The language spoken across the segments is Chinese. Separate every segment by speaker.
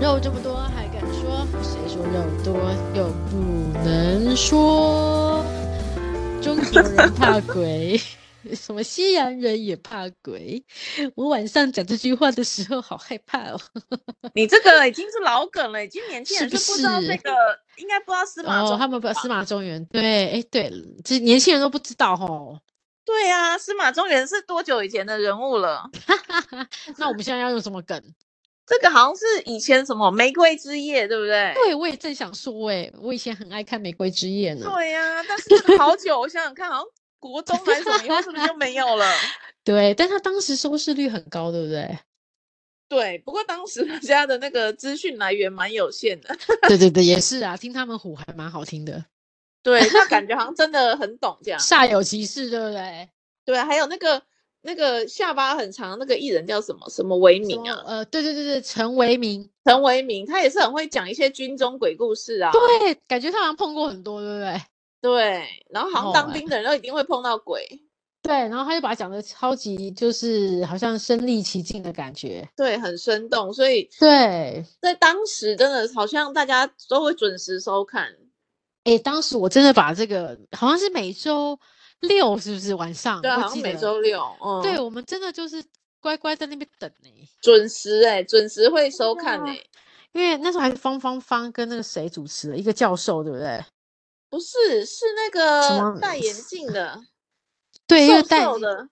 Speaker 1: 肉这么多还敢说？谁说肉多又不能说？中国人怕鬼，什么西洋人也怕鬼。我晚上讲这句话的时候好害怕 哦。
Speaker 2: 你这个已经是老梗了，已经年轻人
Speaker 1: 是不
Speaker 2: 是 不知道
Speaker 1: 是
Speaker 2: 这个，应该不知道司马
Speaker 1: 哦，
Speaker 2: 衷。
Speaker 1: 他们不司马中原，对，哎，对，这年轻人都不知道哦。
Speaker 2: 对啊，司马中原是多久以前的人物了？
Speaker 1: 那我们现在要用什么梗？
Speaker 2: 这个好像是以前什么玫瑰之夜，对不 对？
Speaker 1: 对，我也正想说、哎，我以前很爱看《玫瑰之夜》呢。
Speaker 2: 对呀、但是这个好久，我想想看，好像国中还是什么以后是不是就没有了？
Speaker 1: 对，但他当时收视率很高，对不对？
Speaker 2: 对，不过当时大家的那个资讯来源蛮有限的，
Speaker 1: 对对对，也是啊，听他们唬还蛮好听的，
Speaker 2: 对，那感觉好像真的很懂这样。
Speaker 1: 煞有其事，对不对？
Speaker 2: 对，啊还有那个那个下巴很长那个艺人叫什么什么维
Speaker 1: 什
Speaker 2: 明
Speaker 1: 么
Speaker 2: 啊，
Speaker 1: 呃，对对对对，陈为民，
Speaker 2: 陈维明，他也是很会讲一些军中鬼故事啊。
Speaker 1: 对，感觉他好像碰过很多，对不对？
Speaker 2: 对，然后好
Speaker 1: 好
Speaker 2: 像当
Speaker 1: 玩
Speaker 2: 兵的人都一定会碰到鬼，
Speaker 1: 对，然后他就把它讲的超级，就是好像身临其境的感觉。
Speaker 2: 对，很生动，所以
Speaker 1: 对，
Speaker 2: 在当时真的好像大家都会准时收看。
Speaker 1: 哎，当时我真的把这个，好像是每周六，是不是晚上？
Speaker 2: 对啊，
Speaker 1: 我
Speaker 2: 好像
Speaker 1: 记
Speaker 2: 每
Speaker 1: 得
Speaker 2: 周六，嗯，
Speaker 1: 对，我们真的就是乖乖在那边等呢、
Speaker 2: 准时哎、准时会收看
Speaker 1: 哇
Speaker 2: 哎、
Speaker 1: 因为那时候还是方芳芳跟那个谁主持的，一个教授，对不对？
Speaker 2: 不是，是那
Speaker 1: 么
Speaker 2: 个戴眼镜的，
Speaker 1: 对，因为
Speaker 2: 瘦
Speaker 1: 戴
Speaker 2: 瘦的，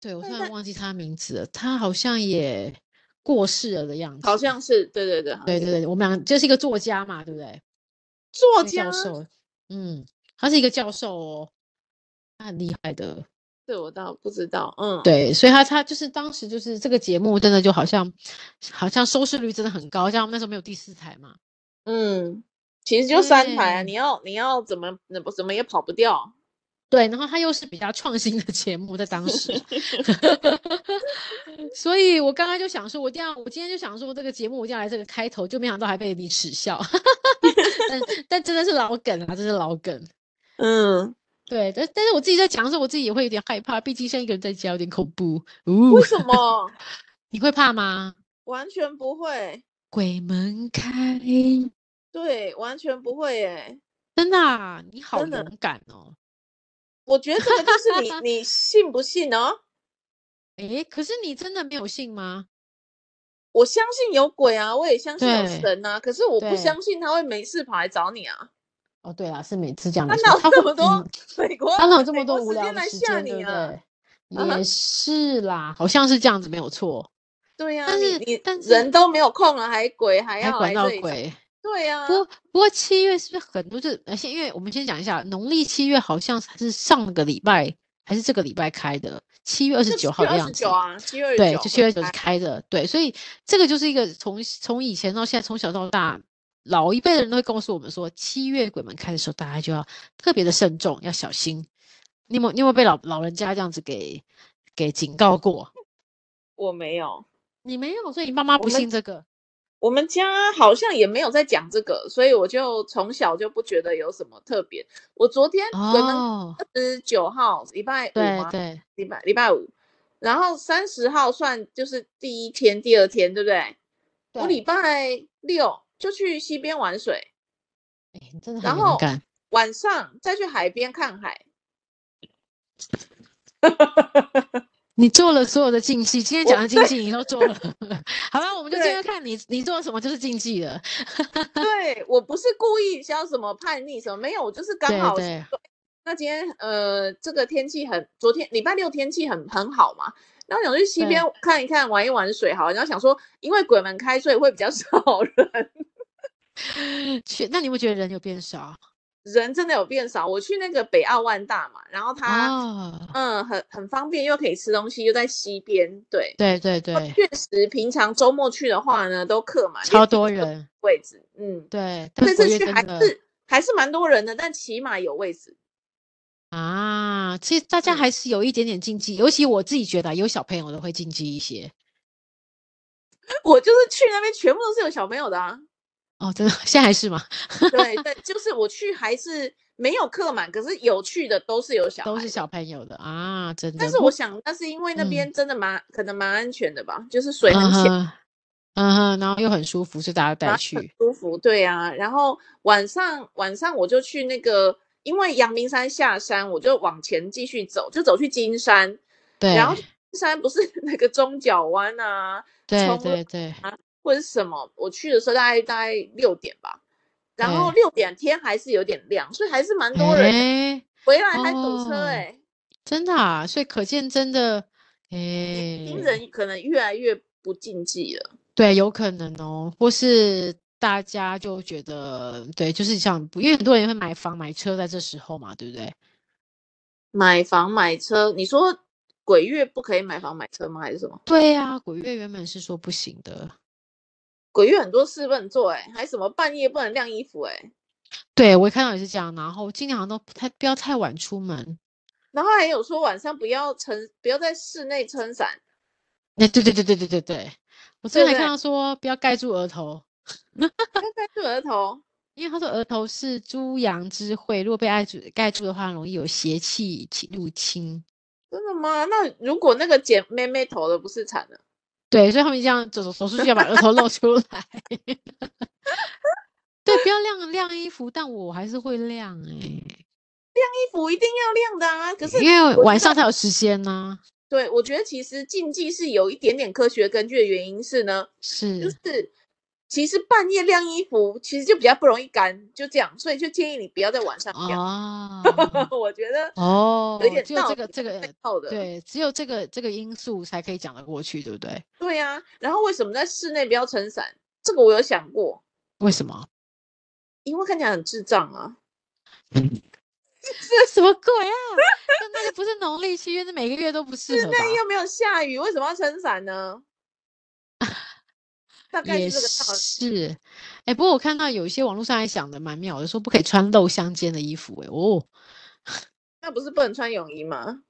Speaker 1: 对我突
Speaker 2: 那
Speaker 1: 然
Speaker 2: 戴
Speaker 1: 忘记他名字了，他好像也过世了的样子。
Speaker 2: 好像是，对对对，好像
Speaker 1: 对
Speaker 2: 是
Speaker 1: 对对，我们俩就是一个作家嘛，对不对？
Speaker 2: 作
Speaker 1: 一个
Speaker 2: 家
Speaker 1: 教，授，嗯，他是一个教授哦，他很厉害的。
Speaker 2: 对我倒不知道，嗯，
Speaker 1: 对，所以他他就是当时就是这个节目真的就好像好像收视率真的很高，像我们那时候没有第四台嘛。
Speaker 2: 嗯，其实就三台啊，
Speaker 1: 对
Speaker 2: 你要你要怎么怎么怎么也跑不掉，
Speaker 1: 对，然后他又是比较创新的节目，在当 时， 所以我刚刚就想说，我一定要，我今天就想说这个节目我一定要来这个开头，就没想到还被你耻笑， 但但真的是老梗啊，这是老梗。
Speaker 2: 嗯，
Speaker 1: 对，但但是我自己在讲的时候，我自己也会有点害怕，毕竟现在一个人在家有点恐怖。呜、
Speaker 2: 为什 么
Speaker 1: 你会怕吗？
Speaker 2: 完全不会？
Speaker 1: 鬼门开，
Speaker 2: 对，完全不会哎、
Speaker 1: 真的、啊，你好
Speaker 2: 真的
Speaker 1: 勇敢哦。
Speaker 2: 我觉得这个就是你你信不信哦？
Speaker 1: 诶，可是你真的没有信吗？
Speaker 2: 我相信有鬼啊，我也相信有
Speaker 1: 对
Speaker 2: 神啊，可是我不
Speaker 1: 对
Speaker 2: 相信他会没事跑来找你啊。
Speaker 1: 哦，对啊，是每次讲
Speaker 2: 他
Speaker 1: 的，
Speaker 2: 哪有
Speaker 1: 他
Speaker 2: 这
Speaker 1: 会
Speaker 2: 么多
Speaker 1: 嗯
Speaker 2: 美国？
Speaker 1: 他哪有这
Speaker 2: 美
Speaker 1: 么多
Speaker 2: 国
Speaker 1: 无
Speaker 2: 时
Speaker 1: 聊
Speaker 2: 间
Speaker 1: 的
Speaker 2: 来
Speaker 1: 时
Speaker 2: 吓
Speaker 1: 间，对
Speaker 2: 你
Speaker 1: 不
Speaker 2: 啊？
Speaker 1: 对？
Speaker 2: 啊哈
Speaker 1: 也是啦，好像是这样子，没有错，
Speaker 2: 对呀、
Speaker 1: 但
Speaker 2: 你
Speaker 1: 是
Speaker 2: 你
Speaker 1: 但是
Speaker 2: 人都没有空了，还鬼还
Speaker 1: 还
Speaker 2: 要
Speaker 1: 管
Speaker 2: 来
Speaker 1: 到
Speaker 2: 这里找？
Speaker 1: 鬼。
Speaker 2: 对啊呀、
Speaker 1: 不过哎不过七月是不是很多就是呃，先因为我们先讲一下，农历七月好像是上个礼拜还是这个礼拜开的，七月二十
Speaker 2: 就
Speaker 1: 九
Speaker 2: 7
Speaker 1: 号
Speaker 2: 月
Speaker 1: 的
Speaker 2: 二
Speaker 1: 样
Speaker 2: 十
Speaker 1: 子。
Speaker 2: 九啊，七月
Speaker 1: 对，就七月九
Speaker 2: 九
Speaker 1: 是开的，对，所以这个就是一个从从以前到现在，从小到大，老一辈的人都会告诉我们说，七月鬼门开的时候，大家就要特别的慎重，要小心。你有没有你有没有被老老人家这样子给给警告过？
Speaker 2: 我没有，
Speaker 1: 你没有，所以你爸妈
Speaker 2: 我
Speaker 1: 不
Speaker 2: 们
Speaker 1: 信这个。
Speaker 2: 我们家好像也没有在讲这个，所以我就从小就不觉得有什么特别。我昨天可能
Speaker 1: 哦，
Speaker 2: 二十九号礼拜五
Speaker 1: 对
Speaker 2: 嘛，
Speaker 1: 对
Speaker 2: 礼拜礼拜五，然后三十号算就是第一天、第二天，对不对？我
Speaker 1: 对
Speaker 2: 礼拜六就去溪边玩水，
Speaker 1: 哎你真的
Speaker 2: 然
Speaker 1: 很勇
Speaker 2: 后
Speaker 1: 敢。
Speaker 2: 晚上再去海边看海。
Speaker 1: 你做了所有的禁忌，今天讲
Speaker 2: 我
Speaker 1: 的禁忌你都做了。 好了，我们就今
Speaker 2: 对
Speaker 1: 天看你你做了什么就是禁忌了。
Speaker 2: 对我不是故意想要什么叛逆什么，没有，我就是刚
Speaker 1: 对
Speaker 2: 好
Speaker 1: 对
Speaker 2: 那今天呃，这个天气很，昨天礼拜六天气很很好嘛，然后想去溪
Speaker 1: 对
Speaker 2: 边看一看，玩一玩水好了，然后想说，因为鬼门开，所以会比较 少人，
Speaker 1: 去那你会觉得人有变少？
Speaker 2: 人真的有变少。我去那个北澳万大嘛，然后它、
Speaker 1: 哦，
Speaker 2: 嗯很很方便，又可以吃东西，又在溪边，对。
Speaker 1: 对对
Speaker 2: 然后
Speaker 1: 对，
Speaker 2: 确实，平常周末去的话呢，都客满，
Speaker 1: 超
Speaker 2: 连
Speaker 1: 多
Speaker 2: 平日都
Speaker 1: 人，
Speaker 2: 有位置，嗯，
Speaker 1: 对，但
Speaker 2: 这
Speaker 1: 国
Speaker 2: 次
Speaker 1: 乐
Speaker 2: 去
Speaker 1: 真
Speaker 2: 还
Speaker 1: 的
Speaker 2: 是还是蛮多人的，但起码有位置。
Speaker 1: 啊，其实大家
Speaker 2: 嗯
Speaker 1: 还是有一点点禁忌，尤其我自己觉得啊有小朋友的会禁忌一些。
Speaker 2: 我就是去那边，全部都是有小朋友的啊。
Speaker 1: 哦，真的，现在还是吗？
Speaker 2: 对，但就是我去还是没有客满，可是有去的都是有小
Speaker 1: 都
Speaker 2: 孩
Speaker 1: 是
Speaker 2: 的。
Speaker 1: 小朋友的啊，真的。
Speaker 2: 但是
Speaker 1: 不
Speaker 2: 我想，那是因为那
Speaker 1: 嗯
Speaker 2: 边真的蛮、可能蛮安全的吧，就是水
Speaker 1: 嗯
Speaker 2: 很浅，
Speaker 1: 哼嗯哼，然后又很舒服，所以大家带
Speaker 2: 很
Speaker 1: 去。
Speaker 2: 舒服，对啊。然后晚上晚上我就去那个，因为阳明山下山，我就往前继续走，就走去金山。
Speaker 1: 对，
Speaker 2: 然后金山不是 那个中角湾啊，
Speaker 1: 对
Speaker 2: 冲
Speaker 1: 对对，
Speaker 2: 或者是什么？我去的时候大概大概六点吧，然后
Speaker 1: 对
Speaker 2: 六点天还是有点亮，所以还是蛮多人的。
Speaker 1: 哎、
Speaker 2: 回来还堵车
Speaker 1: 哦
Speaker 2: 哎、
Speaker 1: 真的啊，所以可见真的，哎、
Speaker 2: 新人可能越来越不禁忌了。
Speaker 1: 对，有可能哦，或是大家就觉得，对，就是像不，因为很多人会买房买车在这时候嘛，对不对？
Speaker 2: 买房买车，你说鬼月不可以买房买车吗？还是什么？
Speaker 1: 对呀、鬼月原本是说不行的，
Speaker 2: 鬼月很多事不能做哎、还什么半夜不能晾衣服哎、
Speaker 1: 对我看到也是这样，然后尽量都不太不要太晚出门。
Speaker 2: 然后还有说晚上不要撑，不要在室内撑伞。
Speaker 1: 哎，对对对对对对对，我最
Speaker 2: 对
Speaker 1: 近还看
Speaker 2: 不对
Speaker 1: 到说不要盖住额头，
Speaker 2: 盖住额头，
Speaker 1: 因为他说额头是猪羊之会，如果被盖住盖住的话，容易有邪气侵入侵。
Speaker 2: 真的吗？那如果那个剪妹妹头的不是惨了？
Speaker 1: 对，所以他们这样走走走出去要把额头露出来。 对，不要晾晾衣服，但我还是会晾哎、
Speaker 2: 衣服一定要晾的啊！可是
Speaker 1: 因为
Speaker 2: 我
Speaker 1: 晚
Speaker 2: 知
Speaker 1: 上
Speaker 2: 道
Speaker 1: 才有时间呢、
Speaker 2: 对我觉得其实禁忌是有一点点科学根据的原因是呢，就是是
Speaker 1: 嗯
Speaker 2: 其实半夜晾衣服其实就比较不容易干，就这样，所以就建议你不要在晚上晾。
Speaker 1: 啊，
Speaker 2: 我觉得
Speaker 1: 哦
Speaker 2: 有一点，
Speaker 1: 只有
Speaker 2: 道
Speaker 1: 这
Speaker 2: 理
Speaker 1: 个这个
Speaker 2: 背后的，
Speaker 1: 对，只有这个这个因素才可以讲得过去，对不对？
Speaker 2: 对啊。然后为什么在室内不要撑伞？这个我有想过，
Speaker 1: 为什 么？
Speaker 2: 因为看起来很智障啊。
Speaker 1: 这什么鬼啊？ 那那个不是农历七月，那每个月都不适合吧？
Speaker 2: 又没有下雨，为什么要撑伞呢？ 大概
Speaker 1: 也
Speaker 2: 是这个道理。
Speaker 1: 是，哎、不过我看到有一些网络上还想的蛮妙的，说不可以穿露香肩的衣服、哎，哦，
Speaker 2: 那不是不能穿泳衣吗？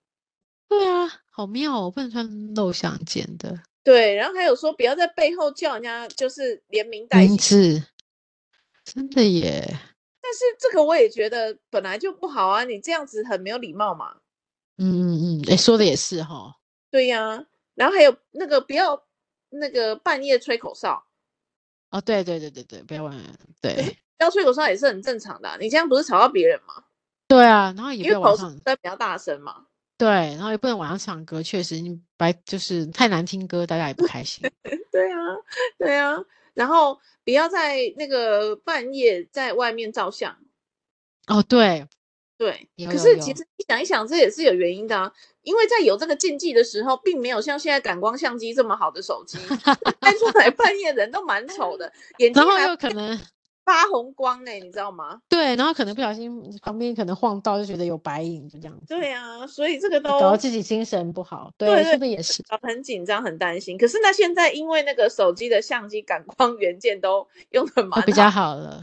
Speaker 1: 对啊，好妙哦，不能穿露香肩的
Speaker 2: 对，然后还有说不要在背后叫人家就是连名带姓
Speaker 1: 名，字，真的耶，
Speaker 2: 但是这个我也觉得本来就不好啊，你这样子很没有礼貌嘛。
Speaker 1: 嗯嗯嗯，哎、说的也是哈，
Speaker 2: 对呀、然后还有那个不要那个半夜吹口哨，
Speaker 1: 哦，对对对对对，不要忘了，对
Speaker 2: 不要吹口哨也是很正常的啊、你这样不是吵到别人嘛？
Speaker 1: 对啊，然后也
Speaker 2: 因
Speaker 1: 不
Speaker 2: 为
Speaker 1: 要晚
Speaker 2: 口哨
Speaker 1: 上，
Speaker 2: 声比较大声嘛。
Speaker 1: 对，然后也不能晚上唱歌，确实你白就是太难听歌，大家也不开心，
Speaker 2: 对啊，对啊，然后不要在那个半夜在外面照相。
Speaker 1: 哦，对，
Speaker 2: 对，
Speaker 1: 有
Speaker 2: 可
Speaker 1: 有
Speaker 2: 是其
Speaker 1: 有
Speaker 2: 实你想一想，这也是有原因的啊。因为在有这个禁忌的时候，并没有像现在感光相机这么好的手机，拍出来半夜人都蛮丑的，眼睛
Speaker 1: 然后
Speaker 2: 还
Speaker 1: 又可能。
Speaker 2: 发红光欸呢、你知道吗？
Speaker 1: 对，然后可能不小心旁边可能晃到，就觉得有白影，就这样子，
Speaker 2: 对啊，所以这个都
Speaker 1: 搞得自己精神不好。对，
Speaker 2: 对
Speaker 1: 是不是也是？
Speaker 2: 搞得很紧张、很担心。可是那现在因为那个手机的相机感光元件都用的
Speaker 1: 啊
Speaker 2: 蛮好，
Speaker 1: 比较好了，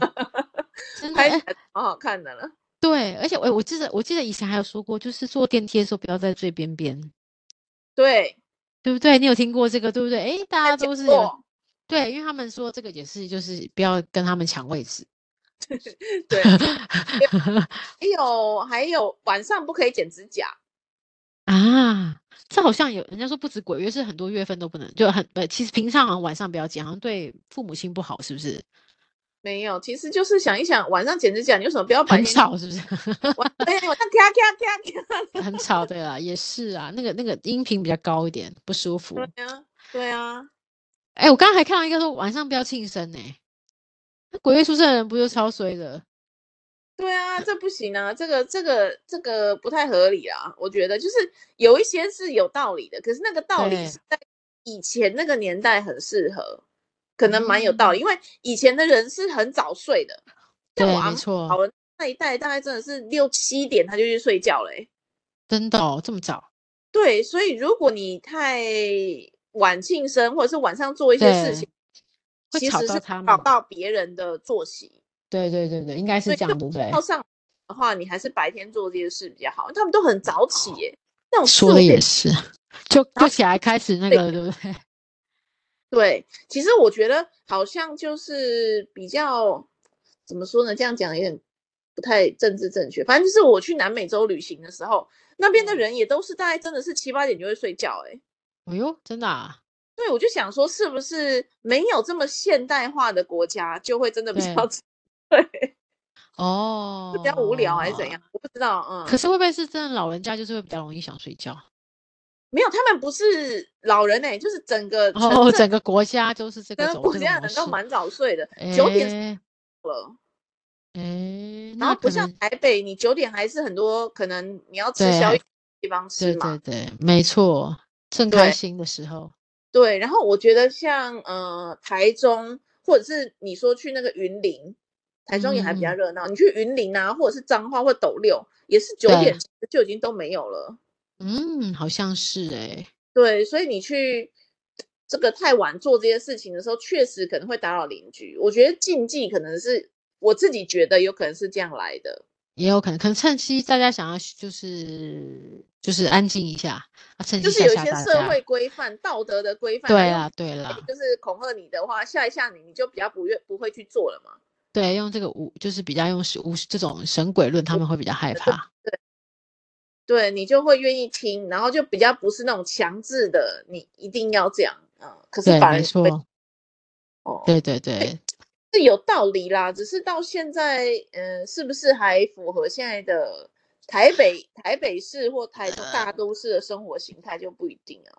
Speaker 1: 真的。
Speaker 2: 拍
Speaker 1: 哎
Speaker 2: 起来蛮好看的了。
Speaker 1: 对，而且我我记得我记得以前还有说过，就是坐电梯的时候不要在最边边，
Speaker 2: 对，
Speaker 1: 对不对？你有听过这个，对不对？哎，大
Speaker 2: 在
Speaker 1: 家
Speaker 2: 角
Speaker 1: 都是有
Speaker 2: 落
Speaker 1: 对，因为他们说这个也是，就是不要跟他们抢位置。
Speaker 2: 对，还有还有晚上不可以剪指甲。
Speaker 1: 啊，这好像有人家说不止鬼月，是很多月份都不能，就很呃，其实平常好像晚上不要剪，好像对父母亲不好，是不是？
Speaker 2: 没有，其实就是想一想，晚上剪指甲，你为什么不要白
Speaker 1: 很
Speaker 2: 天？
Speaker 1: 吵，是不是？
Speaker 2: 晚哎，晚上咔咔咔咔。
Speaker 1: 很吵，对啦，也是啊，那个那个音频比较高一点，不舒服。
Speaker 2: 对啊，对啊，
Speaker 1: 哎、我刚刚还看到一个说晚上不要庆生呢、那鬼月出生的人不就超衰的？
Speaker 2: 对啊，这不行啊，这个这个这个不太合理啊，我觉得就是有一些是有道理的，可是那个道
Speaker 1: 对
Speaker 2: 理是在以前那个年代很适合，可能蛮有道理，因为以前的人是很早睡的，
Speaker 1: 嗯对，
Speaker 2: 像我阿
Speaker 1: 没
Speaker 2: 嬷
Speaker 1: 错
Speaker 2: 老，人那一代大概真的是六七点他就去睡觉欸嘞、
Speaker 1: 真的哦，这么早？
Speaker 2: 对，所以如果你太晚庆生，或者是晚上做一些事情，
Speaker 1: 会
Speaker 2: 其
Speaker 1: 吵
Speaker 2: 实
Speaker 1: 到
Speaker 2: 是
Speaker 1: 他
Speaker 2: 搞
Speaker 1: 们
Speaker 2: 到别人的作息。
Speaker 1: 对对对对，应该是
Speaker 2: 对
Speaker 1: 这
Speaker 2: 就
Speaker 1: 样，对不对
Speaker 2: 要？上的话，你还是白天做这些事比较好。他们都很早起耶，那种四
Speaker 1: 哦说
Speaker 2: 五
Speaker 1: 的也
Speaker 2: 点
Speaker 1: 是，就
Speaker 2: 然
Speaker 1: 就
Speaker 2: 后
Speaker 1: 起来开始那
Speaker 2: 对
Speaker 1: 个，对不对？
Speaker 2: 对，其实我觉得好像就是比较怎么说呢？这样讲有点不太政治正确。反正就是我去南美洲旅行的
Speaker 1: 嗯
Speaker 2: 时候，那边的人也都是大概真的是七八点就会睡觉，哎，
Speaker 1: 哎呦，真的啊，
Speaker 2: 对，我就想说，是不是没有这么现代化的国家，就会真的比较 对
Speaker 1: 哦，
Speaker 2: 比较无聊还是怎样？我不知道，嗯。
Speaker 1: 可是会不会是真的老人家就是会比较容易想睡觉？
Speaker 2: 没有，他们不是老人哎、就是整个
Speaker 1: 哦，整
Speaker 2: 城
Speaker 1: 个国家就是这
Speaker 2: 镇
Speaker 1: 个
Speaker 2: 整
Speaker 1: 走
Speaker 2: 个国
Speaker 1: 这个
Speaker 2: 家
Speaker 1: 模
Speaker 2: 人
Speaker 1: 式
Speaker 2: 都。蛮早睡的，九点
Speaker 1: 哎
Speaker 2: 了。
Speaker 1: 哎，
Speaker 2: 然
Speaker 1: 那
Speaker 2: 后不
Speaker 1: 可
Speaker 2: 像
Speaker 1: 能
Speaker 2: 台北，你九点还是很多可能你要吃
Speaker 1: 对
Speaker 2: 宵
Speaker 1: 还
Speaker 2: 夜的地方吃
Speaker 1: 对
Speaker 2: 嘛
Speaker 1: 对。对，没错，正
Speaker 2: 对
Speaker 1: 开心的时候，
Speaker 2: 对，然后我觉得像呃台中，或者是你说去那个云林，台中也还比较
Speaker 1: 嗯
Speaker 2: 热闹。你去云林啊，或者是彰化或斗六，也是九
Speaker 1: 对
Speaker 2: 点就已经都没有了。
Speaker 1: 嗯，好像是哎，
Speaker 2: 对，所以你去这个太晚做这些事情的时候，确实可能会打扰邻居。我觉得禁忌可能是我自己觉得有可能是这样来的。
Speaker 1: 也有可能，可能趁机大家想要就是就是安静一下，啊，趁
Speaker 2: 就
Speaker 1: 机
Speaker 2: 是
Speaker 1: 吓
Speaker 2: 有一
Speaker 1: 吓
Speaker 2: 些
Speaker 1: 大
Speaker 2: 社
Speaker 1: 家。
Speaker 2: 会规范、道德的规范啊，
Speaker 1: 对
Speaker 2: 用
Speaker 1: 啦，对啦，
Speaker 2: 就是恐吓你的话，吓一吓你，你就比较不愿不会去做了嘛。
Speaker 1: 对，用这个无就是比较用是无这种神鬼论，他们会比较 害怕。
Speaker 2: 对你就会愿意听，然后就比较不是那种强制的，你一定要这样啊、嗯可是
Speaker 1: 对，
Speaker 2: 反
Speaker 1: 没
Speaker 2: 而会
Speaker 1: 错，
Speaker 2: 哦，
Speaker 1: 对对对，
Speaker 2: 是有道理啦，只是到现在，嗯、是不是还符合现在的台北台北市或台
Speaker 1: 嗯
Speaker 2: 中大都市的生活形态就不一定啊。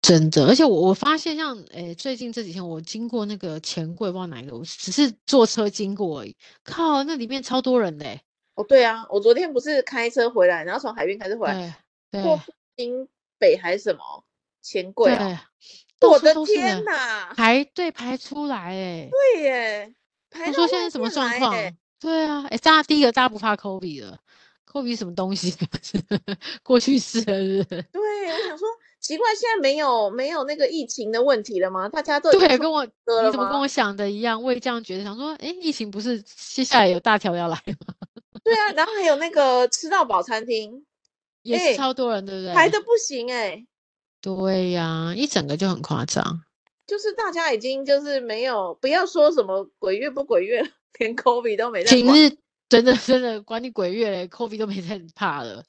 Speaker 1: 真的，而且我我发现像诶、最近这几天我经过那个钱柜，不知道哪一个，我只是坐车经过而已。靠，那里面超多人嘞、
Speaker 2: 哦，对啊，我昨天不是开车回来，然后从海边开车回来，
Speaker 1: 对
Speaker 2: 过
Speaker 1: 对
Speaker 2: 复兴北还是什么钱柜啊？
Speaker 1: 对，到
Speaker 2: 我
Speaker 1: 处
Speaker 2: 的
Speaker 1: 都是
Speaker 2: 天
Speaker 1: 人
Speaker 2: 哪！
Speaker 1: 排队排出来哎、
Speaker 2: 对耶，
Speaker 1: 我
Speaker 2: 排到
Speaker 1: 说
Speaker 2: 外
Speaker 1: 现在什么
Speaker 2: 面
Speaker 1: 状
Speaker 2: 来欸耶！
Speaker 1: 况？对啊，哎、大家第一个大家不怕 Kobe 了，Kobe 什么东西？ 过去式了是不是
Speaker 2: 对，我想说，奇怪，现在没有没有那个疫情的问题了吗？大家都已经
Speaker 1: 对，
Speaker 2: 出
Speaker 1: 跟我
Speaker 2: 歌
Speaker 1: 你
Speaker 2: 了
Speaker 1: 怎么跟
Speaker 2: 吗？
Speaker 1: 我想的一样？我也这样觉得，想说，哎，疫情不是接下来有大条要来吗？
Speaker 2: 对啊，然后还有那个吃到饱餐厅
Speaker 1: 也是
Speaker 2: 哎
Speaker 1: 超多人，对不
Speaker 2: 排
Speaker 1: 对？
Speaker 2: 的不行哎、
Speaker 1: 对呀、一整个就很夸张。
Speaker 2: 就是大家已经就是没有，不要说什么鬼月不鬼月 了，连 COVID 都没在
Speaker 1: 平
Speaker 2: 管。
Speaker 1: 日真的真的管你鬼月嘞，COVID 都没在怕了。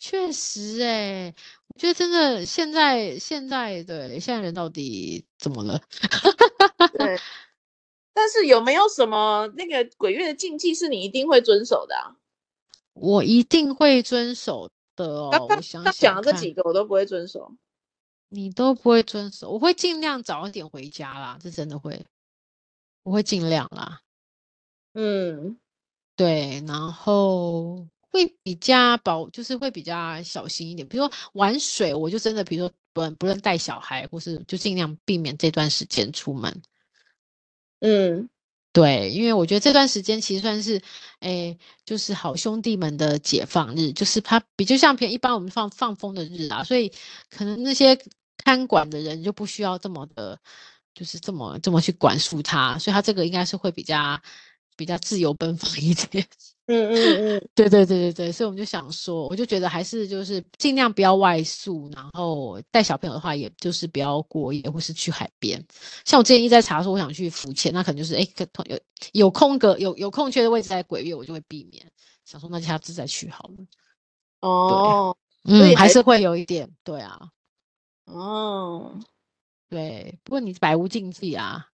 Speaker 1: 确实哎、我觉得真的现在现在对现在人到底怎么了？
Speaker 2: 对，但是有没有什么那个鬼月的禁忌是你一定会遵守的啊？
Speaker 1: 我一定会遵守的
Speaker 2: 刚
Speaker 1: 哦。
Speaker 2: 刚
Speaker 1: 我想
Speaker 2: 刚讲
Speaker 1: 想
Speaker 2: 的这
Speaker 1: 看，
Speaker 2: 几个我都不会遵守。
Speaker 1: 你都不会遵守，我会尽量早一点回家啦，这真的会，我会尽量啦。
Speaker 2: 嗯，
Speaker 1: 对，然后会比较保，就是会比较小心一点。比如说玩水，我就真的，比如说不论不论带小孩，或是就尽量避免这段时间出门。
Speaker 2: 嗯，
Speaker 1: 对，因为我觉得这段时间其实算是，诶，就是好兄弟们的解放日，就是他比就像平一般我们放放风的日啊，所以可能那些看管的人就不需要这么的，就是这么这么去管束他，所以他这个应该是会比较比较自由奔放一点。
Speaker 2: 嗯嗯嗯，
Speaker 1: 对对对对对，所以我们就想说，我就觉得还是就是尽量不要外宿，然后带小朋友的话，也就是不要过夜或是去海边。像我之前一直在查说我想去浮潜，那可能就是哎，诶可有有空格有有空缺的位置在鬼月，我就会避免。想说那就下次再去好了。对，
Speaker 2: 哦，所
Speaker 1: 嗯，
Speaker 2: 以
Speaker 1: 还
Speaker 2: 还
Speaker 1: 是会有一点，对啊，
Speaker 2: 哦，
Speaker 1: 对。不过你百无禁忌啊，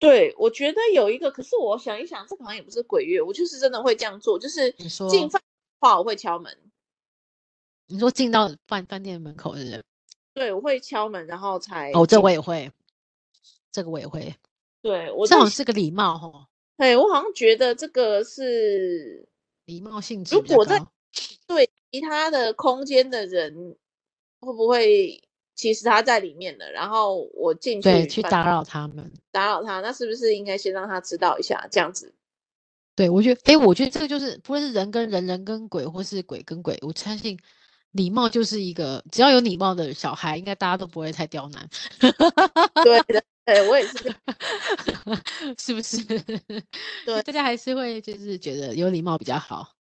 Speaker 2: 对，我觉得有一个，可是我想一想，这个好像也不是鬼月，我就是真的会这样做，就是
Speaker 1: 你
Speaker 2: 进
Speaker 1: 说
Speaker 2: 饭的话我会敲门，
Speaker 1: 你说进到饭饭店门口的人，
Speaker 2: 对，我会敲门，然后才
Speaker 1: 哦，这
Speaker 2: 进。
Speaker 1: 我也会，这个我也会，
Speaker 2: 对，我
Speaker 1: 这
Speaker 2: 在
Speaker 1: 好像
Speaker 2: 想，
Speaker 1: 是个礼貌吼，
Speaker 2: 哎，我好像觉得这个是，
Speaker 1: 礼貌性质
Speaker 2: 如
Speaker 1: 比较
Speaker 2: 果在
Speaker 1: 高。
Speaker 2: 对其他的空间的人，会不会其实他在里面了，然后我进
Speaker 1: 对，
Speaker 2: 去
Speaker 1: 去
Speaker 2: 反
Speaker 1: 打扰他们。
Speaker 2: 打扰他，那是不是应该先让他知道一下，这 样子？
Speaker 1: 对我觉得，哎，我觉得这个就是，不论是人跟人、人跟鬼，或是鬼跟鬼，我相信礼貌就是一个，只要有礼貌的小孩，应该大家都不会太刁难，
Speaker 2: 对的，对，我也是这样，
Speaker 1: 是不是？ 就
Speaker 2: 对
Speaker 1: 大家还是会就是觉得有礼貌比较好。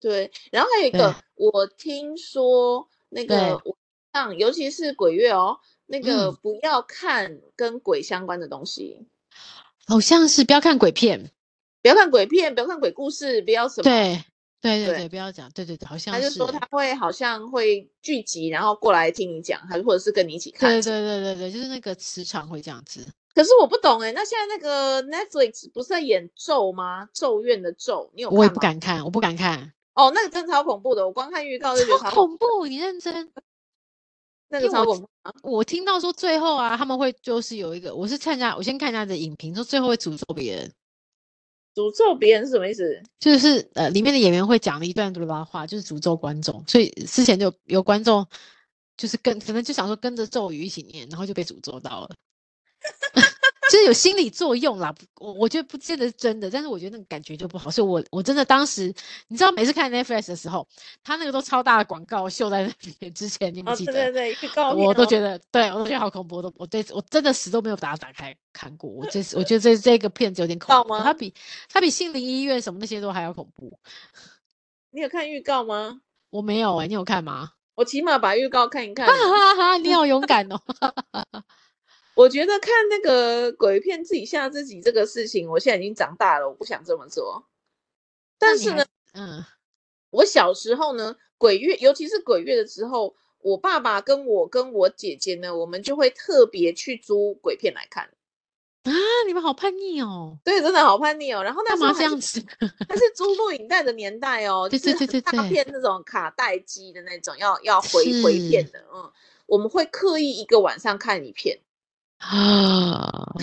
Speaker 2: 对。然后还有一
Speaker 1: 对
Speaker 2: 个，我听说那个
Speaker 1: 对，
Speaker 2: 网上，尤其是鬼月哦，那个
Speaker 1: 嗯，
Speaker 2: 不要看跟鬼相关的东西，
Speaker 1: 好像是不要看鬼片，
Speaker 2: 不要看鬼片，不要看鬼故事，不要什么。
Speaker 1: 对对对
Speaker 2: 对
Speaker 1: 对，不要讲，对对对，好像
Speaker 2: 他就是说他
Speaker 1: 欸
Speaker 2: 会好像会聚集，然后过来听你讲，还或者是跟你一起看。
Speaker 1: 对对对对对，就是那个磁场会这样子。
Speaker 2: 可是我不懂哎、那现在那个 Netflix 不是在演咒吗？咒怨的咒，你有看吗？
Speaker 1: 我也不敢看，我不敢看，
Speaker 2: 哦，那个真的超恐怖的，我光看预告就觉得
Speaker 1: 超
Speaker 2: 超
Speaker 1: 恐怖！你认真，
Speaker 2: 那
Speaker 1: 因为
Speaker 2: 个超
Speaker 1: 我
Speaker 2: 恐怖。
Speaker 1: 我听到说最后啊，他们会就是有一个，我是看一下，我先看一下的影评，说最后会诅咒别人，
Speaker 2: 诅咒别人是什么意思？
Speaker 1: 就是呃里面的演员会讲了一段嘟啦话，就是诅咒观众，所以之前就有有观众就是跟可能就想说跟着咒语一起念，然后就被诅咒到了。 就是有心理作用啦，不我我觉得不见得是真的，但是我觉得那个感觉就不好，所以我我真的当时，你知道每次看 Netflix 的时候，他那个都超大的广告秀在那边之前，你们
Speaker 2: 哦，
Speaker 1: 记
Speaker 2: 对
Speaker 1: 得？
Speaker 2: 对对，预告片、哦、
Speaker 1: 我都觉得，对我都觉得好恐怖，我都我这我真的死都没有把它打开看过。我这我觉得这这个片子有点恐
Speaker 2: 到
Speaker 1: 怖，
Speaker 2: 吗
Speaker 1: 它比它比心灵医院什么那些都还要恐怖。
Speaker 2: 你有看预告吗？
Speaker 1: 我没有哎、你有看吗？
Speaker 2: 我起码把预告看一看
Speaker 1: 哈。哈哈，你好勇敢哦！
Speaker 2: 我觉得看那个鬼片自己吓自己这个事情，我现在已经长大了，我不想这么做。 但
Speaker 1: 那 你
Speaker 2: 是
Speaker 1: 还
Speaker 2: 呢，，
Speaker 1: 嗯，
Speaker 2: 我小时候呢，鬼月，尤其是鬼月的时候，我爸爸跟我跟我姐姐呢，我们就会特别去租鬼片来看。
Speaker 1: 那你们好叛逆哦，
Speaker 2: 对，真的好叛逆哦。然后那
Speaker 1: 干
Speaker 2: 时候
Speaker 1: 嘛这
Speaker 2: 还是
Speaker 1: 样 子？
Speaker 2: 它是租录影带的年代哦，
Speaker 1: 对
Speaker 2: 就是
Speaker 1: 对对对
Speaker 2: 很大
Speaker 1: 对
Speaker 2: 片那种卡带机的那种，要要回回片
Speaker 1: 是
Speaker 2: 的，嗯，我们会刻意一个晚上看一片，
Speaker 1: 啊，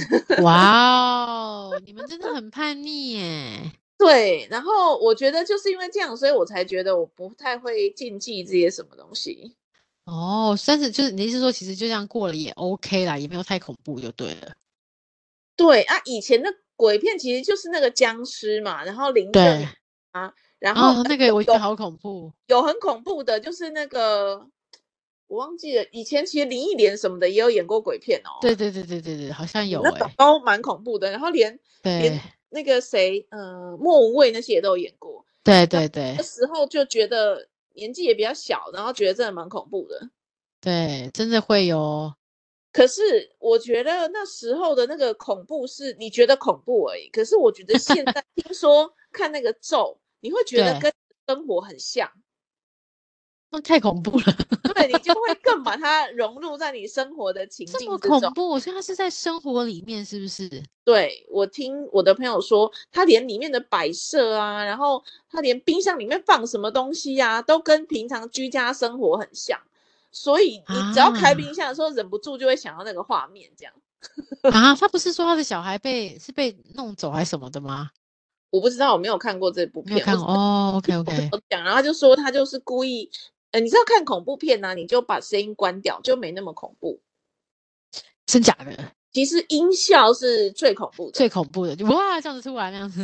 Speaker 1: 哇哦，你们真的很叛逆耶！
Speaker 2: 对，然后我觉得就是因为这样，所以我才觉得我不太会禁忌这些什么东西，
Speaker 1: 哦，但是就是你的意思说，其实就这样过了也 OK 啦，也没有太恐怖就对了。
Speaker 2: 对啊，以前的鬼片其实就是那个僵尸嘛，然后林正
Speaker 1: 对
Speaker 2: 英啊，然后、
Speaker 1: 哦，那个我觉
Speaker 2: 有
Speaker 1: 得好恐怖。
Speaker 2: 有很恐怖的，就是那个我忘记了，以前其实林忆莲什么的也有演过鬼片哦，
Speaker 1: 对对对对对对，好像有
Speaker 2: 那
Speaker 1: 哎、
Speaker 2: 种都蛮恐怖的，然后连。连
Speaker 1: 对
Speaker 2: 那个谁，呃，莫文蔚那些也都有演过。
Speaker 1: 对对对
Speaker 2: 那呃时候就觉得年纪也比较小，然后觉得真的蛮恐怖的。
Speaker 1: 对，真的会有哦。
Speaker 2: 可是我觉得那时候的那个恐怖是你觉得恐怖而已，可是我觉得现在听 说看那个咒，你会觉得
Speaker 1: 对
Speaker 2: 跟生活很像，
Speaker 1: 那太恐怖了，
Speaker 2: 对你就会更把它融入在你生活的情
Speaker 1: 这
Speaker 2: 境
Speaker 1: 么
Speaker 2: 之
Speaker 1: 恐
Speaker 2: 中。
Speaker 1: 怖，所以它是在生活里面，是不是？
Speaker 2: 对我听我的朋友说，他连里面的摆设啊，然后他连冰箱里面放什么东西啊，都跟平常居家生活很像，所以你只要开
Speaker 1: 啊
Speaker 2: 冰箱的时候，忍不住就会想到那个画面。这样，
Speaker 1: 啊，他不是说他的小孩被是被弄走还是什么的吗？
Speaker 2: 我不知道，我没有看过这部
Speaker 1: 没有
Speaker 2: 片，
Speaker 1: 看
Speaker 2: 我
Speaker 1: 哦，OK OK，
Speaker 2: 只是讲，然后他就说他就是故意，呃，你知道看恐怖片呢、你就把声音关掉，就没那么恐怖。
Speaker 1: 真假的，
Speaker 2: 其实音效是最恐怖的，
Speaker 1: 最恐怖的，就哇这样子突然那样 子，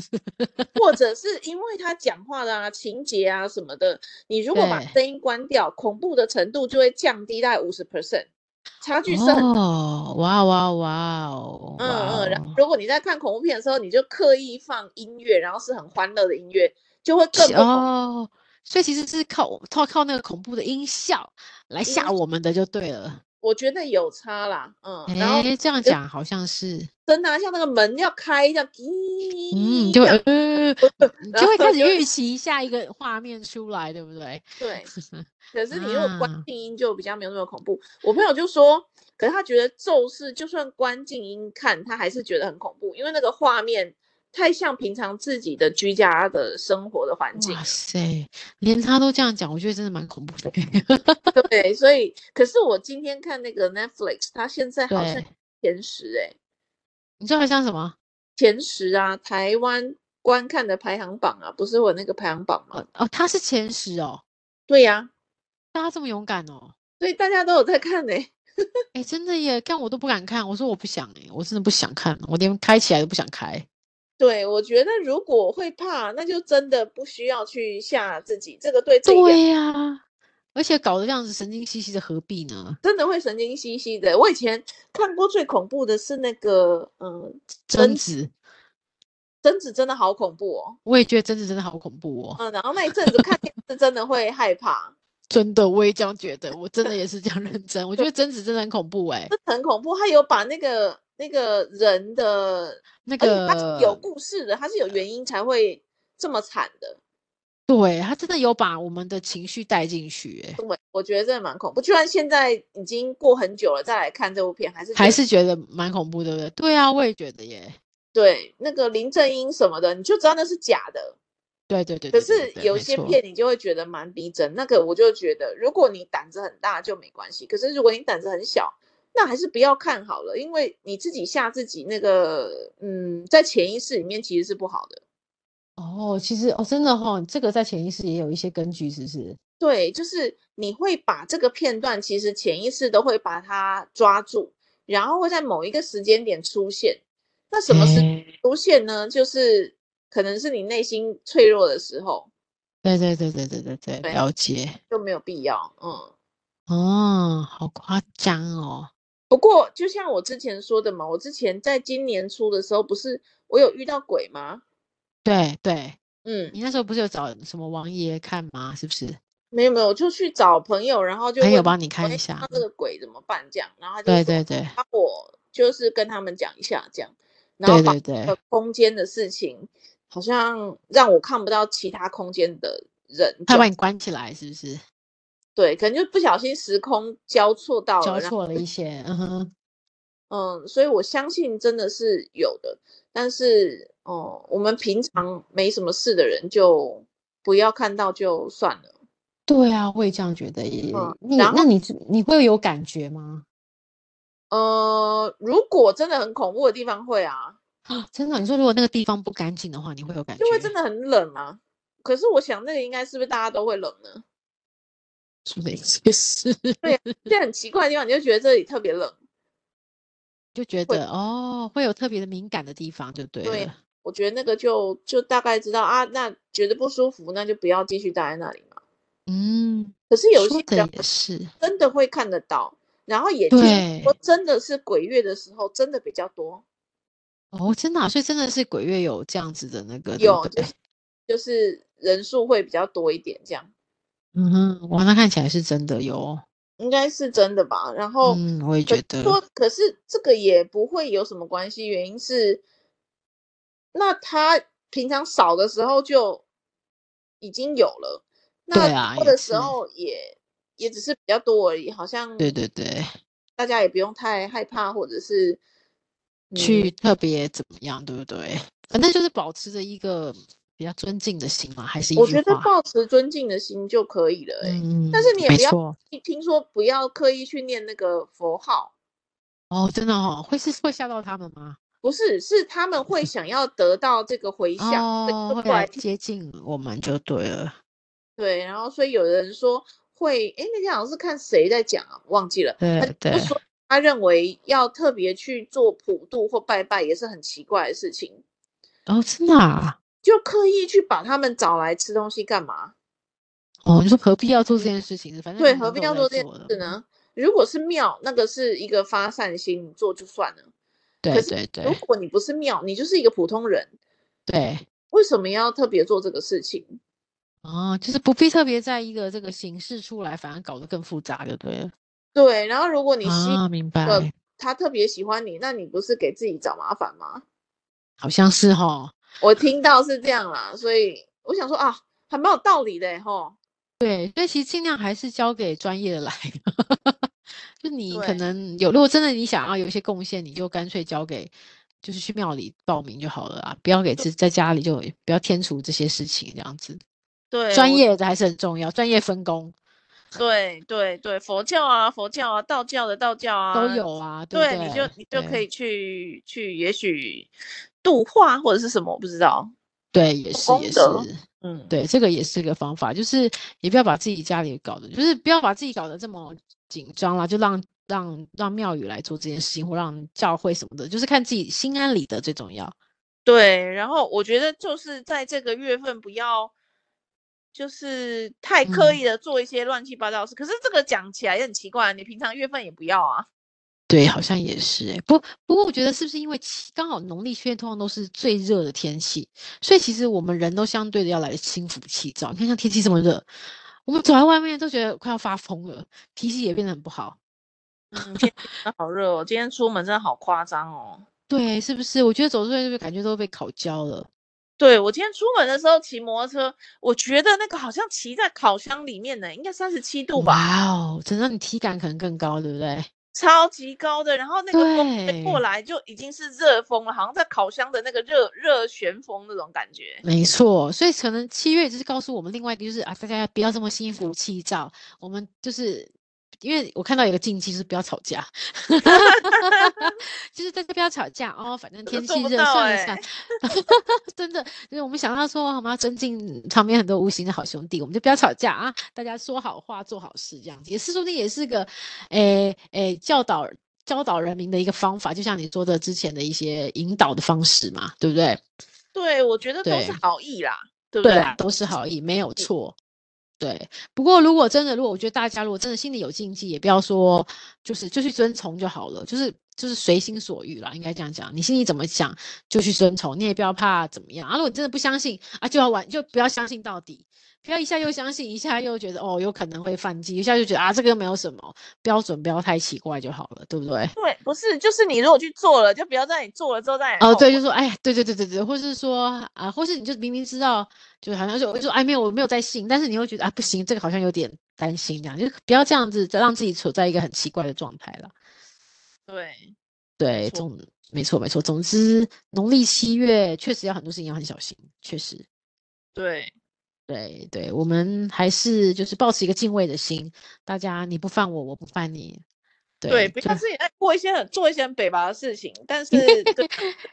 Speaker 2: 或者是因为他讲话的啊、情节啊什么的，你如果把
Speaker 1: 对
Speaker 2: 声音关掉，恐怖的程度就会降低大概五十 percent，差距是很大。
Speaker 1: 哦，哇哇哇哦，
Speaker 2: 嗯
Speaker 1: 哇
Speaker 2: 嗯，然后
Speaker 1: 哦
Speaker 2: 如果你在看恐怖片的时候，你就刻意放音乐，然后是很欢乐的音乐，就会更
Speaker 1: 是
Speaker 2: 不恐怖。
Speaker 1: 哦，所以其实是靠靠靠那个恐怖的音效来吓
Speaker 2: 效
Speaker 1: 我们的就对了。
Speaker 2: 我觉得有差啦，嗯，然后
Speaker 1: 哎，这样讲好像是，
Speaker 2: 真的啊、像那个门要开，这样，
Speaker 1: 嗯，
Speaker 2: 咦，
Speaker 1: 就
Speaker 2: 这
Speaker 1: 会
Speaker 2: 样
Speaker 1: 呃，你
Speaker 2: 然
Speaker 1: 就会
Speaker 2: 后
Speaker 1: 开始
Speaker 2: 就
Speaker 1: 预期下一个画面出来，对不对？
Speaker 2: 对，可是你如果
Speaker 1: 啊
Speaker 2: 关静音就比较没有那么恐怖。我朋友就说，可是他觉得咒是就算关静音看，他还是觉得很恐怖，因为那个画面太像平常自己的居家的生活的环境
Speaker 1: 哇。塞，连他都这样讲，我觉得真的蛮恐怖 的。
Speaker 2: 对，所以可是我今天看那个 Netflix，它现在好像
Speaker 1: 对，
Speaker 2: 前十哎、
Speaker 1: 你知道像什么？
Speaker 2: 前十啊，台湾观看的排行榜啊，不是我那个排行榜吗？
Speaker 1: 哦哦，他是前十哦，
Speaker 2: 对呀、
Speaker 1: 但他这么勇敢哦，
Speaker 2: 所以大家都有在看呢、
Speaker 1: 哎，真的耶，看我都不敢看，我说我不想哎，我真的不想看，我连开起来都不想开。
Speaker 2: 对，我觉得如果会怕，那就真的不需要去吓自己，这个对自己也
Speaker 1: 对呀、而且搞得这样子神经兮兮的，何必呢？
Speaker 2: 真的会神经兮兮的。我以前看过最恐怖的是那个，嗯，
Speaker 1: 贞
Speaker 2: 真
Speaker 1: 子，
Speaker 2: 贞子真的好恐怖哦，
Speaker 1: 我也觉得贞子真的好恐怖哦，
Speaker 2: 嗯，然后那一阵子看电视真的会害怕，
Speaker 1: 真的，我也这样觉得，我真的也是这样认真，我觉得贞子真的很恐怖哎、
Speaker 2: 真的很恐怖。他有把那个那个人的，
Speaker 1: 那
Speaker 2: 而且他
Speaker 1: 个
Speaker 2: 是有故事的，他是有原因才会这么惨的。
Speaker 1: 对他真的有把我们的情绪带进去、欸，
Speaker 2: 对，我觉得真的蛮恐怖。居然现在已经过很久了，再来看这部片，还是觉
Speaker 1: 还
Speaker 2: 得
Speaker 1: 是觉得蛮恐怖，对不对？对啊，我也觉得耶。
Speaker 2: 对那个林正英什么的，你就知道那是假的。
Speaker 1: 对对对
Speaker 2: 可
Speaker 1: 对
Speaker 2: 是
Speaker 1: 对对
Speaker 2: 有
Speaker 1: 没
Speaker 2: 些
Speaker 1: 错
Speaker 2: 片你就会觉得蛮逼真，那个我就觉得，如果你胆子很大就没关系，可是如果你胆子很小，那还是不要看好了，因为你自己吓自己，那个嗯，在潜意识里面其实是不好的。
Speaker 1: 哦，其实哦，真的哈、哦，这个在潜意识也有一些根据，是不是？
Speaker 2: 对，就是你会把这个片段，其实潜意识都会把它抓住，然后会在某一个时间点出现。那什么时
Speaker 1: 哎
Speaker 2: 出现呢？就是可能是你内心脆弱的时候，
Speaker 1: 对对对对对对对，
Speaker 2: 对
Speaker 1: 了解。
Speaker 2: 就没有必要。嗯，
Speaker 1: 哦，好夸张哦。
Speaker 2: 不过就像我之前说的嘛，我之前在今年初的时候，不是我有遇到鬼吗？
Speaker 1: 对对，
Speaker 2: 嗯，
Speaker 1: 你那时候不是有找什么王爷看吗？是不是？
Speaker 2: 没有没有，我就去找朋友，然后就
Speaker 1: 朋友
Speaker 2: 问
Speaker 1: 帮
Speaker 2: 他
Speaker 1: 你
Speaker 2: 说
Speaker 1: 看一
Speaker 2: 哎
Speaker 1: 下嗯
Speaker 2: 那这个鬼怎么办？这样，然后他就
Speaker 1: 对
Speaker 2: 说
Speaker 1: 对对
Speaker 2: 帮我就是跟他们讲一下这样，然后
Speaker 1: 对
Speaker 2: 把
Speaker 1: 对
Speaker 2: 那
Speaker 1: 对
Speaker 2: 个，空间的事情，好像让我看不到其他空间的人
Speaker 1: 他
Speaker 2: 这
Speaker 1: 把
Speaker 2: 样，
Speaker 1: 你关起来，是不是？
Speaker 2: 对，可能就不小心时空交错到
Speaker 1: 交
Speaker 2: 了，然后
Speaker 1: 错了一些，嗯哼，
Speaker 2: 嗯，所以我相信真的是有的，但是哦、我们平常没什么事的人就不要看到就算了。
Speaker 1: 对啊，我也这样觉得耶。
Speaker 2: 嗯
Speaker 1: 你
Speaker 2: 然
Speaker 1: 那
Speaker 2: 后
Speaker 1: 你是你会有感觉吗？
Speaker 2: 呃，如果真的很恐怖的地方会啊，
Speaker 1: 啊，真的，你说如果那个地方不干净的话，你会有感觉？
Speaker 2: 就会真的很冷啊。可是我想那个应该是不是大家都会冷呢？
Speaker 1: 说的也是，
Speaker 2: 这很奇怪的地方，你就觉得这里特别冷。
Speaker 1: 就觉
Speaker 2: 会
Speaker 1: 得哦，会有特别的敏感的地方，就对
Speaker 2: 对
Speaker 1: 了。
Speaker 2: 我觉得那个就就大概知道啊，那觉得不舒服，那就不要继续待在那里嘛。
Speaker 1: 嗯，
Speaker 2: 可是有一
Speaker 1: 说
Speaker 2: 些
Speaker 1: 的
Speaker 2: 人
Speaker 1: 也是，
Speaker 2: 真的会看得到，然后也听说
Speaker 1: 对
Speaker 2: 真的是鬼月的时候真的比较多，
Speaker 1: 哦，真的啊、所以真的是鬼月有这样子的那个，对
Speaker 2: 有
Speaker 1: 不
Speaker 2: 就
Speaker 1: 对
Speaker 2: 是？就是人数会比较多一点，这样
Speaker 1: 嗯哼，哇，那看起来是真的有哦。
Speaker 2: 应该是真的吧。然后
Speaker 1: 嗯，我也
Speaker 2: 可
Speaker 1: 觉
Speaker 2: 是
Speaker 1: 得，
Speaker 2: 说，可是这个也不会有什么关系，原因是那他平常少的时候就已经有了，那
Speaker 1: 对啊
Speaker 2: 多
Speaker 1: 也
Speaker 2: 的时
Speaker 1: 是
Speaker 2: 候也也只是比较多而已，好像
Speaker 1: 对对对，
Speaker 2: 大家也不用太害怕，或者是嗯
Speaker 1: 去特别怎么样，对不对？反正就是保持着一个比较尊敬的心嘛，还是一
Speaker 2: 我
Speaker 1: 句
Speaker 2: 觉得
Speaker 1: 话。
Speaker 2: 抱持尊敬的心就可以了、欸。
Speaker 1: 嗯，
Speaker 2: 但是你也
Speaker 1: 没
Speaker 2: 不要
Speaker 1: 错。
Speaker 2: 听说不要刻意去念那个佛号，
Speaker 1: 哦，真的哦，会是会吓到他们吗？
Speaker 2: 不是，是他们会想要得到这个回响，所以
Speaker 1: 哦，
Speaker 2: 就
Speaker 1: 会
Speaker 2: 过
Speaker 1: 来
Speaker 2: 来听。
Speaker 1: 接近我们就对了。
Speaker 2: 对，然后所以有的人说会，诶，那天好像是看谁在讲啊，忘记了。他
Speaker 1: 对
Speaker 2: 就
Speaker 1: 对，
Speaker 2: 说他认为要特别去做普渡或拜拜也是很奇怪的事情，
Speaker 1: 哦，真的啊，
Speaker 2: 就刻意去把他们找来吃东西干嘛？
Speaker 1: 哦，你说何必要做这件事情？反正
Speaker 2: 对，
Speaker 1: 他们
Speaker 2: 何
Speaker 1: 嗯都
Speaker 2: 必
Speaker 1: 有
Speaker 2: 要
Speaker 1: 在
Speaker 2: 做这件
Speaker 1: 做的嗯
Speaker 2: 事呢？如果是庙，那个是一个发善心，你做就算了。可
Speaker 1: 对
Speaker 2: 是
Speaker 1: 对
Speaker 2: 如
Speaker 1: 对
Speaker 2: 果你不是庙，你就是一个普通人，
Speaker 1: 对，
Speaker 2: 为什么要特别做这个事情？
Speaker 1: 哦，就是不必特别在一个这个形式出来，反而搞得更复杂就对了。
Speaker 2: 对，然后如果你吸
Speaker 1: 啊，明
Speaker 2: 呃
Speaker 1: 白，
Speaker 2: 他特别喜欢你，那你不是给自己找麻烦吗？
Speaker 1: 好像是哦哈。
Speaker 2: 我听到是这样啦，所以我想说啊，还蛮有道理的欸吼。
Speaker 1: 对，所以其实尽量还是交给专业的 来。就你可
Speaker 2: 对
Speaker 1: 能有，如果真的你想要有一些贡献，你就干脆交给，就是去庙里报名就好了啊，不要给自在家里就不要添除这些事情这样子。
Speaker 2: 对，
Speaker 1: 专
Speaker 2: 我
Speaker 1: 业的还是很重要，专业分工
Speaker 2: 对对对，佛教啊，佛教啊，道教的道教
Speaker 1: 都
Speaker 2: 啊，
Speaker 1: 有啊，对不
Speaker 2: 对，你就
Speaker 1: 对？
Speaker 2: 你就可
Speaker 1: 对
Speaker 2: 以去去，也许度化或者是什么，我不知道
Speaker 1: 对，也是
Speaker 2: 功
Speaker 1: 也是，
Speaker 2: 德，嗯，
Speaker 1: 对，这个也是个方法，就是也不要把自己家里搞的，就是不要把自己搞得这么紧张啦，就让让让庙宇来做这件事情，或让教会什么的，就是看自己心安理得最重要。
Speaker 2: 对。然后我觉得就是在这个月份不要。就是太刻
Speaker 1: 嗯，
Speaker 2: 意的做一些乱七八糟的事，可是这个讲起来也很奇怪，啊你平常月份也不要啊。
Speaker 1: 对，好像也是哎。不不过我觉得是不是因为七刚好农历七月通常都是最热的天气，所以其实我们人都相对的要来的心浮气躁。你看像天气这么热，我们走在外面都觉得快要发疯了，脾气也变得很不好。
Speaker 2: 嗯，今天真的好热哦，今天出门真的好夸张哦。
Speaker 1: 对，是不是？我觉得走出来就感觉都被烤焦了。
Speaker 2: 对我今天出门的时候骑摩托车，我觉得那个好像骑在烤箱里面呢，应该三十七度吧，
Speaker 1: 哇哦，真的你体感可能更高，对不对？
Speaker 2: 超级高的。然后那个风吹过
Speaker 1: 对
Speaker 2: 来就已经是热风了，好像在烤箱的那个热热旋风那种感觉。
Speaker 1: 没错，所以可能七月就是告诉我们另外一个就是啊，大家不要这么心浮气躁，我们就是。因为我看到有个禁忌就是不要吵 架，就是大家不要吵架哦，反正
Speaker 2: 这
Speaker 1: 天
Speaker 2: 做
Speaker 1: 气
Speaker 2: 不
Speaker 1: 热
Speaker 2: 到
Speaker 1: 算一
Speaker 2: 欸
Speaker 1: 算， 真的，因为我们想要说我们要增进旁边很多无形的好兄弟，我们就不要吵架啊，大家说好话做好事这样子，也是说不定也是个，诶、诶、教导教导人民的一个方法，就像你说的之前的一些引导的方式嘛，对不对？
Speaker 2: 对，我觉得都是
Speaker 1: 对
Speaker 2: 好意啦，对不
Speaker 1: 对
Speaker 2: 对？
Speaker 1: 啊，都是好意，没有错。对，不过如果真的，如果我觉得大家如果真的心里有禁忌，也不要说就是就去遵从就好了，就是就是随心所欲啦，应该这样讲。你心里怎么想就去遵从，你也不要怕怎么样啊。如果你真的不相信啊，就要玩，就不要相信到底，不要一下又相信，一下又觉得哦有可能会犯忌，一下就觉得啊这个又没有什么标准，不要太奇怪就好了，对不对？
Speaker 2: 对，不是，就是你如果去做了，就不要在你做了之后再来
Speaker 1: 哦，
Speaker 2: 后
Speaker 1: 对，
Speaker 2: 悔
Speaker 1: 就说哎，对对对对对，或是说啊，或是你就明明知道，就好像就就说哎，没有我没有在信，但是你又觉得啊不行，这个好像有点担心这样，就不要这样子，让自己处在一个很奇怪的状态了。
Speaker 2: 对，
Speaker 1: 对，
Speaker 2: 错
Speaker 1: 总没错没错，总之农历七月确实要很多事情要很小心，确实。
Speaker 2: 对，
Speaker 1: 对对，我们还是就是保持一个敬畏的心，大家你不犯我，我不犯你。
Speaker 2: 对，
Speaker 1: 对，
Speaker 2: 不
Speaker 1: 就
Speaker 2: 要自己在过一些很做一些很北伐的事情，但 是对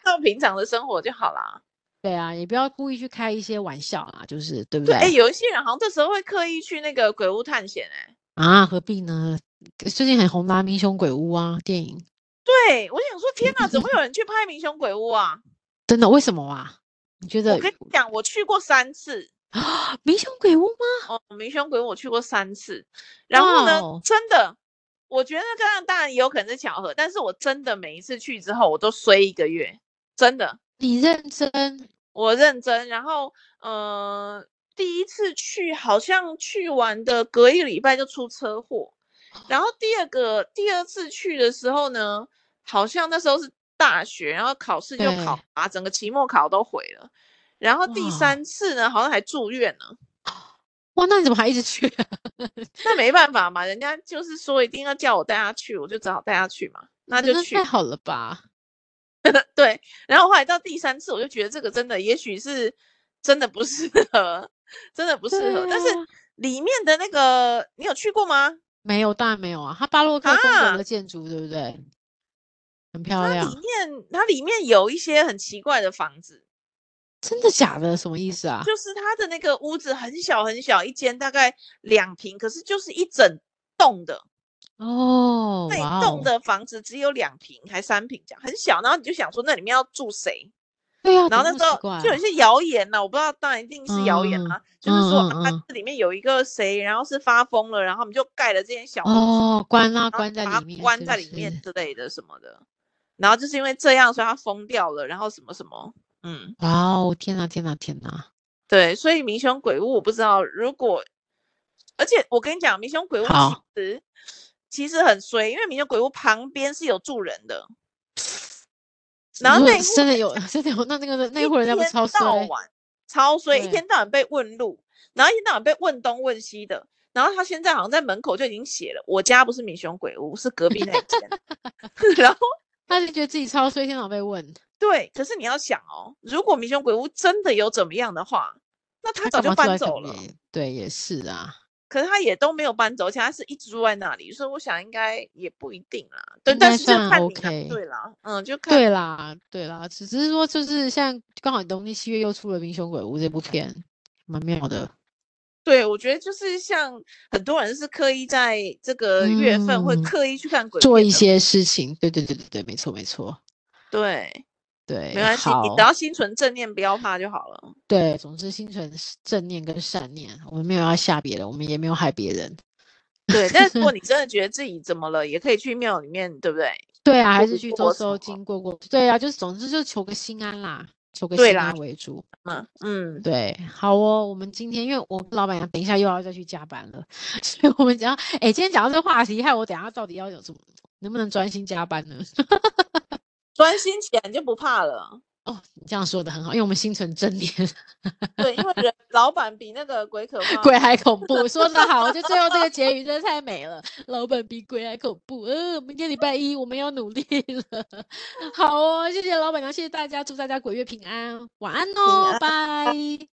Speaker 2: 照平常的生活就好啦。
Speaker 1: 对啊，也不要故意去开一些玩笑啊，就是对不
Speaker 2: 对，
Speaker 1: 对？
Speaker 2: 哎，有一些人好像这时候会刻意去那个鬼屋探险，哎，
Speaker 1: 啊，何必呢？最近很红的啊《民雄鬼屋》啊，电影
Speaker 2: 对我想说，天哪，怎么会有人去拍民雄鬼屋啊？
Speaker 1: 真的为什么啊？你觉得
Speaker 2: 我跟你讲，我去过三次，
Speaker 1: 啊，民雄鬼屋吗？
Speaker 2: 哦，民雄鬼屋我去过三次，然后呢，
Speaker 1: 哇哦
Speaker 2: 真的。我觉得跟当然也有可能是巧合，但是我真的每一次去之后，我都衰一个月，真的。
Speaker 1: 你认真
Speaker 2: 我认真，然后呃，第一次去好像去完的隔一礼拜就出车祸，然后第二个第二次去的时候呢，好像那时候是大学，然后考试就考
Speaker 1: 对
Speaker 2: 啊，整个期末考都毁了，然后第
Speaker 1: 哇
Speaker 2: 三次呢，好像还住院了。
Speaker 1: 哇？那你怎么还一直去啊？
Speaker 2: 那没办法嘛，人家就是说一定要叫我带他去，我就只好带他去嘛，那就去
Speaker 1: 太。 好了吧？
Speaker 2: 对，然后后来到第三次，我就觉得这个真的，也许是真的不适合，真的不适合。
Speaker 1: 对
Speaker 2: 但是
Speaker 1: 啊
Speaker 2: 里面的那个，你有去过吗？
Speaker 1: 没有，当然没有啊。它巴洛克风格
Speaker 2: 啊
Speaker 1: 的建筑，对不对？很漂
Speaker 2: 它
Speaker 1: 亮
Speaker 2: 里，面它里面有一些很奇怪的房子，
Speaker 1: 真的假的？什么意思啊？
Speaker 2: 就是它的那个屋子很小很小，一间大概两平，可是就是一整栋的，
Speaker 1: 哦，
Speaker 2: 那
Speaker 1: 哇哦
Speaker 2: 一栋，的房子只有两平还三平这样，很小。然后你就想说，那里面要住谁？
Speaker 1: 对啊，
Speaker 2: 然后
Speaker 1: 怎
Speaker 2: 那
Speaker 1: 么
Speaker 2: 时
Speaker 1: 那么奇怪
Speaker 2: 候就有
Speaker 1: 啊
Speaker 2: 一些谣言呐、我不知道，当然一定是谣言
Speaker 1: 嗯
Speaker 2: 啦、就是说、
Speaker 1: 嗯
Speaker 2: 啊
Speaker 1: 嗯，
Speaker 2: 这里面有一个谁，然后是发疯了，然后我们就盖了这间小屋子，
Speaker 1: 哦，关啦，
Speaker 2: 然后
Speaker 1: 关在
Speaker 2: 把它
Speaker 1: 里面，
Speaker 2: 关
Speaker 1: 是不
Speaker 2: 在里面
Speaker 1: 是
Speaker 2: 之类的什么的，然后就是因为这样，所以他疯掉了，然后什么什么，嗯，
Speaker 1: 哇哦，天哪，天哪，天啊哪！
Speaker 2: 对，所以《民雄鬼屋》我不知道，如果，而且我跟你讲，《民雄鬼屋》其
Speaker 1: 好
Speaker 2: 实其实很衰，因为《民雄鬼屋》旁边是有住人的，然后
Speaker 1: 如果
Speaker 2: 那一户
Speaker 1: 真的有，真的有，那那个那一
Speaker 2: 一
Speaker 1: 户人家不
Speaker 2: 天
Speaker 1: 超
Speaker 2: 到
Speaker 1: 衰，
Speaker 2: 晚超衰，一
Speaker 1: 对
Speaker 2: 天到晚被问路，然后一天到晚被问东问西的。然后他现在好像在门口就已经写了，我家不是民雄鬼屋，是隔壁那一 间。然后
Speaker 1: 他就觉得自己超衰，天老被问，
Speaker 2: 对，可是你要想哦，如果民雄鬼屋真的有怎么样的话，那他
Speaker 1: 他干
Speaker 2: 早就
Speaker 1: 嘛住
Speaker 2: 搬
Speaker 1: 在
Speaker 2: 走
Speaker 1: 隔
Speaker 2: 了。
Speaker 1: 壁？对，也是啊，
Speaker 2: 可是他也都没有搬走，而且他是一直住在那里，所以我想应该也不一定啦。对，
Speaker 1: 应
Speaker 2: 但
Speaker 1: 该
Speaker 2: 是就
Speaker 1: 算
Speaker 2: 看你啦
Speaker 1: OK
Speaker 2: 对啦，嗯，就看
Speaker 1: 对啦，对啦，只是说就是现在刚好农历七月又出了《民雄鬼屋》这部片，蛮妙的。
Speaker 2: 对，我觉得就是像很多人是刻意在这个月份会
Speaker 1: 嗯
Speaker 2: 刻意去看鬼
Speaker 1: 做
Speaker 2: 片
Speaker 1: 一
Speaker 2: 的
Speaker 1: 些事情，对对对对对，没错没错，
Speaker 2: 对，
Speaker 1: 对
Speaker 2: 没，关系，你
Speaker 1: 好
Speaker 2: 只，要心存正念，不要怕就好了。
Speaker 1: 对，总之心存是正念跟善念，我们没有要吓别人，我们也没有害别人，
Speaker 2: 对，但是如 果你真的觉得自己怎么了，也可以去庙里面，对不对？
Speaker 1: 对啊，还
Speaker 2: 或
Speaker 1: 是
Speaker 2: 者
Speaker 1: 去
Speaker 2: 说
Speaker 1: 收
Speaker 2: 我什
Speaker 1: 收
Speaker 2: 么
Speaker 1: 经过过，对啊，就是总之就是求个心安啦，求个
Speaker 2: 对
Speaker 1: 心
Speaker 2: 啦
Speaker 1: 安为主。
Speaker 2: 嗯嗯，
Speaker 1: 对，好哦，我们今天因为我跟老板娘等一下又要再去加班了， 所以我们讲，哎，今天讲到这个话题，害我等一下到底要有什么，能不能专心加班呢？
Speaker 2: 专心起来你就不怕了。
Speaker 1: 哦，你这样说的很好，因为我们心存正念，
Speaker 2: 对，因为人老板比那个鬼可怕。
Speaker 1: 鬼还恐怖。说得好，就最后这个结语真的太美了。老板比鬼还恐怖。呃，明天礼拜一我们要努力了。 好哦，谢谢老板娘，谢谢大家，祝大家鬼月平安，晚安哦，
Speaker 2: 安
Speaker 1: 拜。